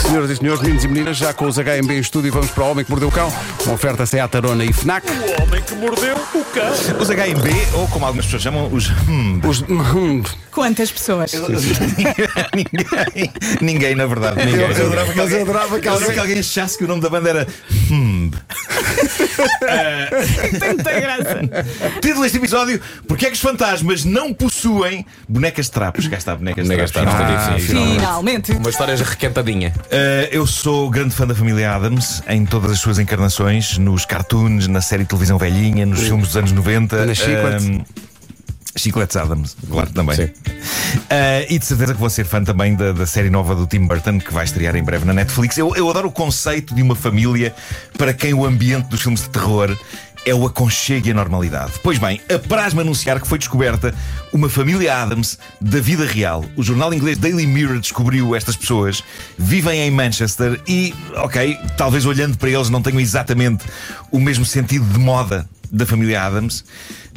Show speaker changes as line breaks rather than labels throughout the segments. Senhoras e senhores, meninos e meninas, já com os HMB em estúdio, vamos para o Homem que Mordeu o Cão. Uma oferta Seat Arona e FNAC.
O homem que mordeu o cão.
Os HMB, ou como algumas pessoas chamam, os hum, HMB.
Os...
Quantas pessoas?
ninguém, ninguém, na verdade. Ninguém.
Eu- eu adorava que
Mas eu
alguém-
adorava que alguém, que alguém achasse que o nome da banda era HMB.
Tem muita graça.
Título deste episódio: Porquê é que os fantasmas não possuem bonecas de trapos? Cá está, bonecas de
Bonecas de
trapos. é
trapos, está difícil.
Finalmente.
Uma história requentadinha.
Uh, eu sou grande fã da família Adams em todas as suas encarnações, nos cartoons, na série de televisão velhinha, nos filmes dos anos 90.
Na Chiclete.
Um, Chicletes Adams, claro, também. Uh, e de certeza que vou ser fã também da, da série nova do Tim Burton, que vai estrear em breve na Netflix. Eu, eu adoro o conceito de uma família para quem o ambiente dos filmes de terror é o aconchego e a normalidade. Pois bem, apraz-me anunciar que foi descoberta uma família Adams da vida real. O jornal inglês Daily Mirror descobriu estas pessoas, vivem em Manchester e, ok, talvez olhando para eles não tenham exatamente o mesmo sentido de moda da família Adams,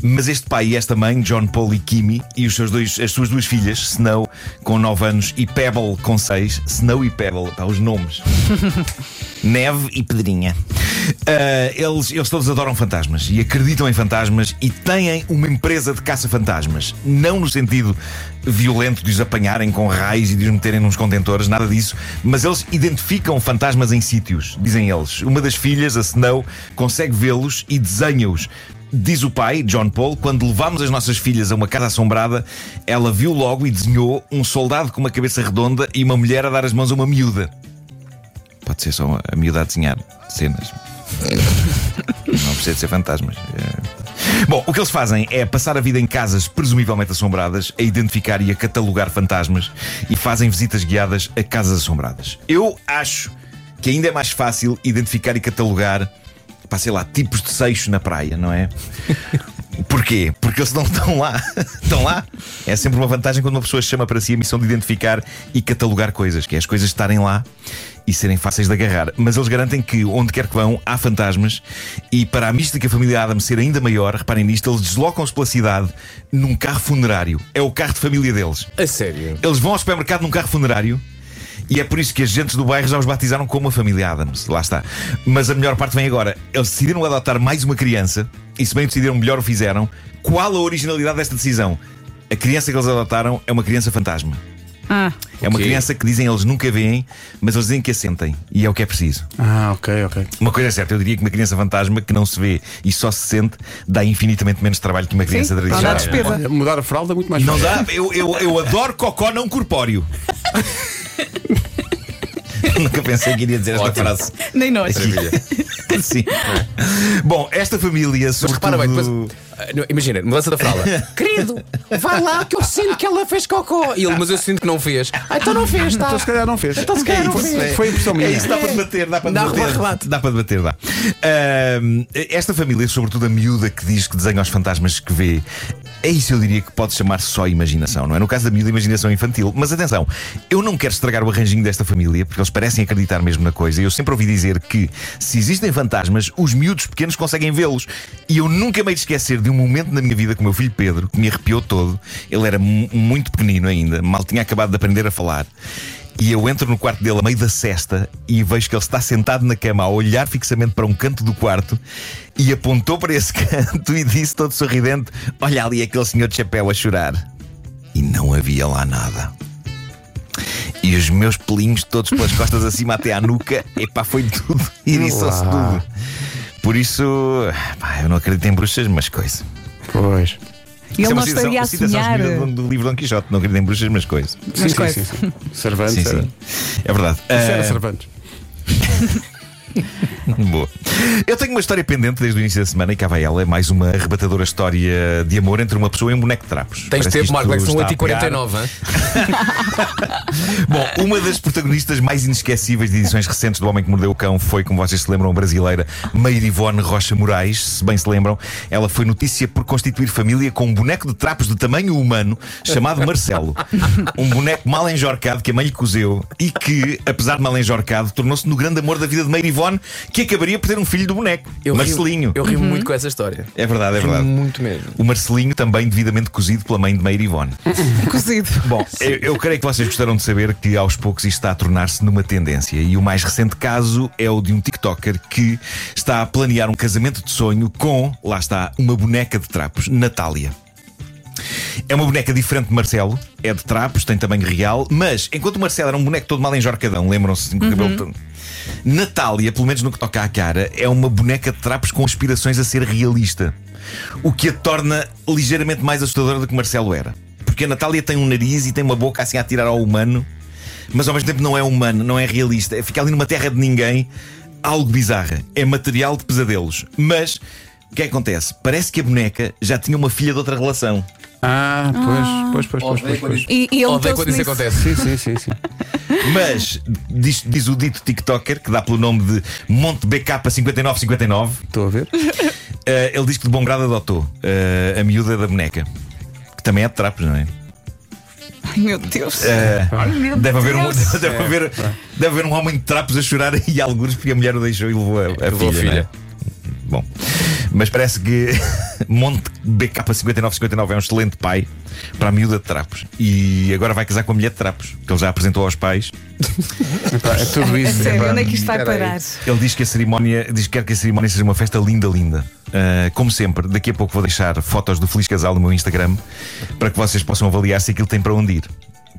mas este pai e esta mãe, John Paul e Kimi, e os seus dois, as suas duas filhas, Snow com 9 anos e Pebble com 6, Snow e Pebble, pá, os nomes. Neve e Pedrinha. Ah, eles, eles todos adoram fantasmas e acreditam em fantasmas e têm uma empresa de caça-fantasmas. Não no sentido violento de os apanharem com raios e de os meterem nos contentores, nada disso, mas eles identificam fantasmas em sítios, dizem eles. Uma das filhas, a Snow, consegue vê-los e desenha-os. Diz o pai, John Paul, quando levámos as nossas filhas a uma casa assombrada, ela viu logo e desenhou um soldado com uma cabeça redonda e uma mulher a dar as mãos a uma miúda. Pode ser só a miúda a desenhar cenas. Não precisa de ser fantasmas. É. Bom, o que eles fazem é passar a vida em casas presumivelmente assombradas, a identificar e a catalogar fantasmas e fazem visitas guiadas a casas assombradas. Eu acho que ainda é mais fácil identificar e catalogar, pá, sei lá, tipos de seixo na praia, não é? Porquê? Porque eles não estão lá. Estão lá. É sempre uma vantagem quando uma pessoa chama para si a missão de identificar e catalogar coisas, que é as coisas estarem lá e serem fáceis de agarrar. Mas eles garantem que onde quer que vão, há fantasmas. E para a mística família Adam ser ainda maior, reparem nisto, eles deslocam-se pela cidade num carro funerário. É o carro de família deles.
A sério.
Eles vão ao supermercado num carro funerário e é por isso que as gentes do bairro já os batizaram como a família Adams. Lá está. Mas a melhor parte vem agora. Eles decidiram adotar mais uma criança e, se bem decidiram, melhor o fizeram. Qual a originalidade desta decisão? A criança que eles adotaram é uma criança fantasma.
Ah.
é uma
Ok.
criança que dizem eles nunca veem, mas eles dizem que a sentem. E é o que é preciso.
Ah, ok, ok.
Uma coisa é certa, eu diria que uma criança fantasma que não se vê e só se sente dá infinitamente menos trabalho que uma criança
Sim,
tradicional.
dá despesa.
Olha, mudar a fralda é muito mais
Não
fácil.
dá, eu, eu, eu adoro cocó não corpóreo. Nunca pensei que iria dizer esta
Ótimo.
frase.
Nem nós.
Sim. Bom, esta família,
Mas
sobretudo.
repara bem, depois. Ah, não, Imagina, mudança da fralda. Querido, vá lá que eu sinto que ela fez cocó. E ele, mas eu sinto que não fez. Ah, então não fez, tá?
Então se calhar não fez.
Então se calhar não
Foi-
fez.
Foi impressão minha.
É isso, dá para debater, dá para
Dá
debater.
para rebate.
Dá para debater, dá. Ahm, esta família, sobretudo a miúda que diz que desenha os fantasmas que vê, é isso eu diria que pode chamar só imaginação, não é? No caso da miúda, imaginação infantil. Mas atenção, eu não quero estragar o arranjinho desta família, porque eles parecem acreditar mesmo na coisa. Eu sempre ouvi dizer que se existem fantasmas, os miúdos pequenos conseguem vê-los. E eu nunca me hei de esquecer de um momento na minha vida com o meu filho Pedro, que me arrepiou todo. Ele era mu- muito pequenino ainda, mal tinha acabado de aprender a falar. E eu entro no quarto dele a meio da cesta e vejo que ele está sentado na cama a olhar fixamente para um canto do quarto e apontou para esse canto e disse todo sorridente: Olha ali aquele senhor de chapéu a chorar. E não havia lá nada. E os meus pelinhos todos pelas costas acima até à nuca, epá, foi tudo. E disse-se tudo. Por isso, pá, eu não acredito em bruxas, mas coisa.
Pois.
Isso
E ele
é
não
uma citação-
estaria a
citação
sonhar.
escolhida do, do livro Dom Quixote, não acredito em bruxas, mas coisa.
Sim, sim,
coisa.
sim, sim. Cervantes.
Sim,
era.
sim. É verdade.
Isso era
Ah,
Cervantes.
Boa. Eu tenho uma história pendente desde o início da semana e cá vai ela. É mais uma arrebatadora história de amor entre uma pessoa e um boneco de trapos.
Tens
Parece que
tempo,
isto
Marco, é que são
está a pegar.
8h49. hein?
Bom, uma das protagonistas mais inesquecíveis de edições recentes do Homem que Mordeu o Cão foi, como vocês se lembram, brasileira Meir Ivone Rocha Moraes. Se bem se lembram, ela foi notícia por constituir família com um boneco de trapos de tamanho humano chamado Marcelo. Um boneco mal enjorcado que a mãe lhe cozeu e que, apesar de mal enjorcado, tornou-se no grande amor da vida de Meir Ivone. Yvonne, que acabaria por ter um filho do boneco,
Eu
Marcelinho.
Rio, eu rio muito com essa história.
É verdade, é verdade.
Muito mesmo.
O Marcelinho também devidamente cozido pela mãe de Meir Ivone.
Cozido.
Bom, eu, eu creio que vocês gostaram de saber que aos poucos isto está a tornar-se numa tendência. E o mais recente caso é o de um TikToker que está a planear um casamento de sonho com, lá está, uma boneca de trapos, Natália. É uma boneca diferente de Marcelo, é de trapos, tem tamanho real, mas enquanto o Marcelo era um boneco todo mal enjorcadão, lembram-se com o cabelo todo. Natália, pelo menos no que toca à cara, é uma boneca de trapos com aspirações a ser realista, o que a torna ligeiramente mais assustadora do que Marcelo era. Porque a Natália tem um nariz e tem uma boca assim a tirar ao humano, mas ao mesmo tempo não é humano, não é realista. Fica ali numa terra de ninguém, algo bizarra. É material de pesadelos. Mas o que é que acontece? Parece que a boneca já tinha uma filha de outra relação.
Ah, pois, pois, pois, pois, pois. pois.
E, e ele meteu-se
Odeio quando isso
nisso.
acontece.
Sim, sim, sim, sim.
Mas diz, diz o dito TikToker, que dá pelo nome de Monte BK5959,
Estou a ver.
eh, ele diz que de bom grado adotou eh, a miúda da boneca. Que também é de trapos, não é?
Ai, meu Deus.
Eh,
meu
deve, haver um,
Deus.
deve, haver, deve haver um homem de trapos a chorar e alguns porque a mulher o deixou e levou a, a
levou
filha. não
a
é?
filha.
Bom, mas parece que Monte BK5959 é um excelente pai para a miúda de trapos. E agora vai casar com a mulher de trapos, que ele já apresentou aos pais.
Epá, É tudo
A
isso.
sério,
epá.
onde é que isto vai
Espera aí.
parar?
Ele diz que a cerimónia diz que quer que a cerimónia seja uma festa linda, linda. Ah, como sempre, daqui a pouco vou deixar fotos do Feliz Casal no meu Instagram para que vocês possam avaliar se aquilo tem para onde ir.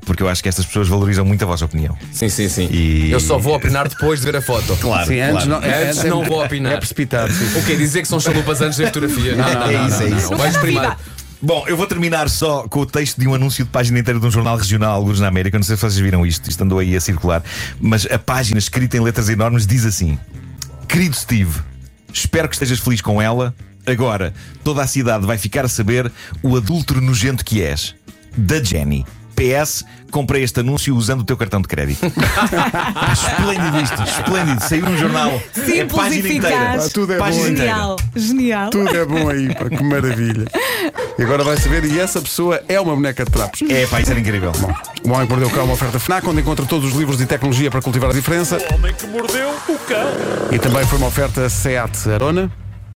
Porque eu acho que estas pessoas valorizam muito a vossa opinião.
Sim, sim, sim.
E-
Eu só vou opinar depois de ver a foto.
Claro,
Sim, antes não,
Antes não vou opinar.
É precipitado, sim.
O que dizer que são chalupas antes da fotografia? Não, não,
É
não,
isso,
não,
é
não.
isso.
Vais primeiro.
Bom, eu vou terminar só com o texto de um anúncio de página inteira de um jornal regional, alguns na América. Não sei se vocês viram isto, isto andou aí a circular. Mas a página, escrita em letras enormes, diz assim: Querido Steve, espero que estejas feliz com ela. Agora, toda a cidade vai ficar a saber o adulto nojento que és. Da Jenny. PS, comprei este anúncio usando o teu cartão de crédito. esplêndido isto, esplêndido. Saiu no jornal. é
Simples e
página inteira.
eficaz.
Tudo é bom.
Página inteira.
Genial. Genial.
Tudo é bom aí, pá, que maravilha. E agora vai saber, e essa pessoa é uma boneca de trapos.
É, pá, isso era incrível.
O Homem que Mordeu o Cão é uma oferta FNAC, onde encontra todos os livros de tecnologia para cultivar a diferença.
O homem que mordeu o cão.
E também foi uma oferta SEAT Arona.